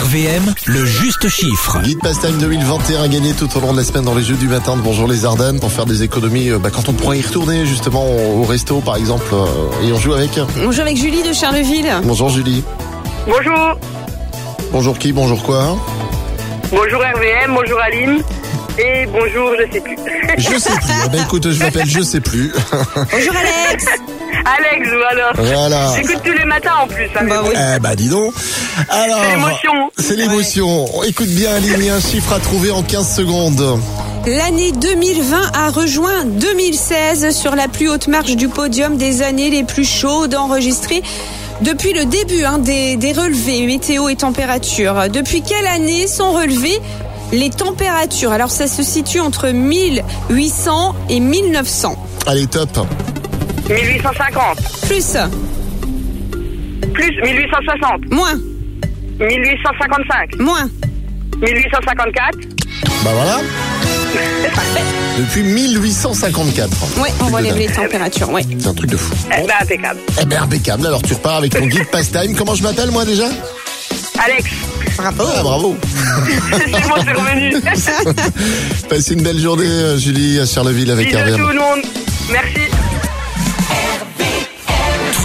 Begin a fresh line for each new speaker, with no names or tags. LVM, le juste chiffre.
Guide Pastime 2021 à gagner tout au long de la semaine dans les Jeux du matin de Bonjour les Ardennes pour faire des économies euh, bah, quand on pourrait y retourner justement au au resto par exemple euh, et on joue avec.
On joue avec Julie de Charleville.
Bonjour Julie.
Bonjour.
Bonjour qui Bonjour quoi
Bonjour RVM, bonjour Alim. Et bonjour, je sais plus.
Je sais plus. Ah bah, écoute, je m'appelle Je sais plus.
Bonjour Alex.
Alex, voilà.
Voilà.
J'écoute tous les matins en plus. hein, mais
Bah
bon,
oui.
Eh Ah. bah dis donc.
C'est
Alors.
l'émotion.
C'est l'émotion. Écoute bien, Aline, il y a un chiffre à trouver en 15 secondes.
L'année 2020 a rejoint 2016 sur la plus haute marche du podium des années les plus chaudes enregistrées depuis le début hein, des, des relevés météo et température. Depuis quelle année sont relevées les températures Alors ça se situe entre 1800 et 1900.
Allez, top.
1850.
Plus,
Plus 1860.
moins,
1855.
moins.
1854.
Bah voilà. Depuis 1854.
Ouais, on
Plus de
relève
dingue.
les températures. Ouais.
C'est un truc de fou.
Eh ben, impeccable.
Eh ben impeccable. Alors tu repars avec ton guide pastime. Comment je m'appelle moi déjà
Alex,
Ah bravo.
c'est moi, c'est revenu.
Passe une belle journée euh, Julie à Charleville avec
Bisous
Hervé.
tout le monde. Merci.
Tous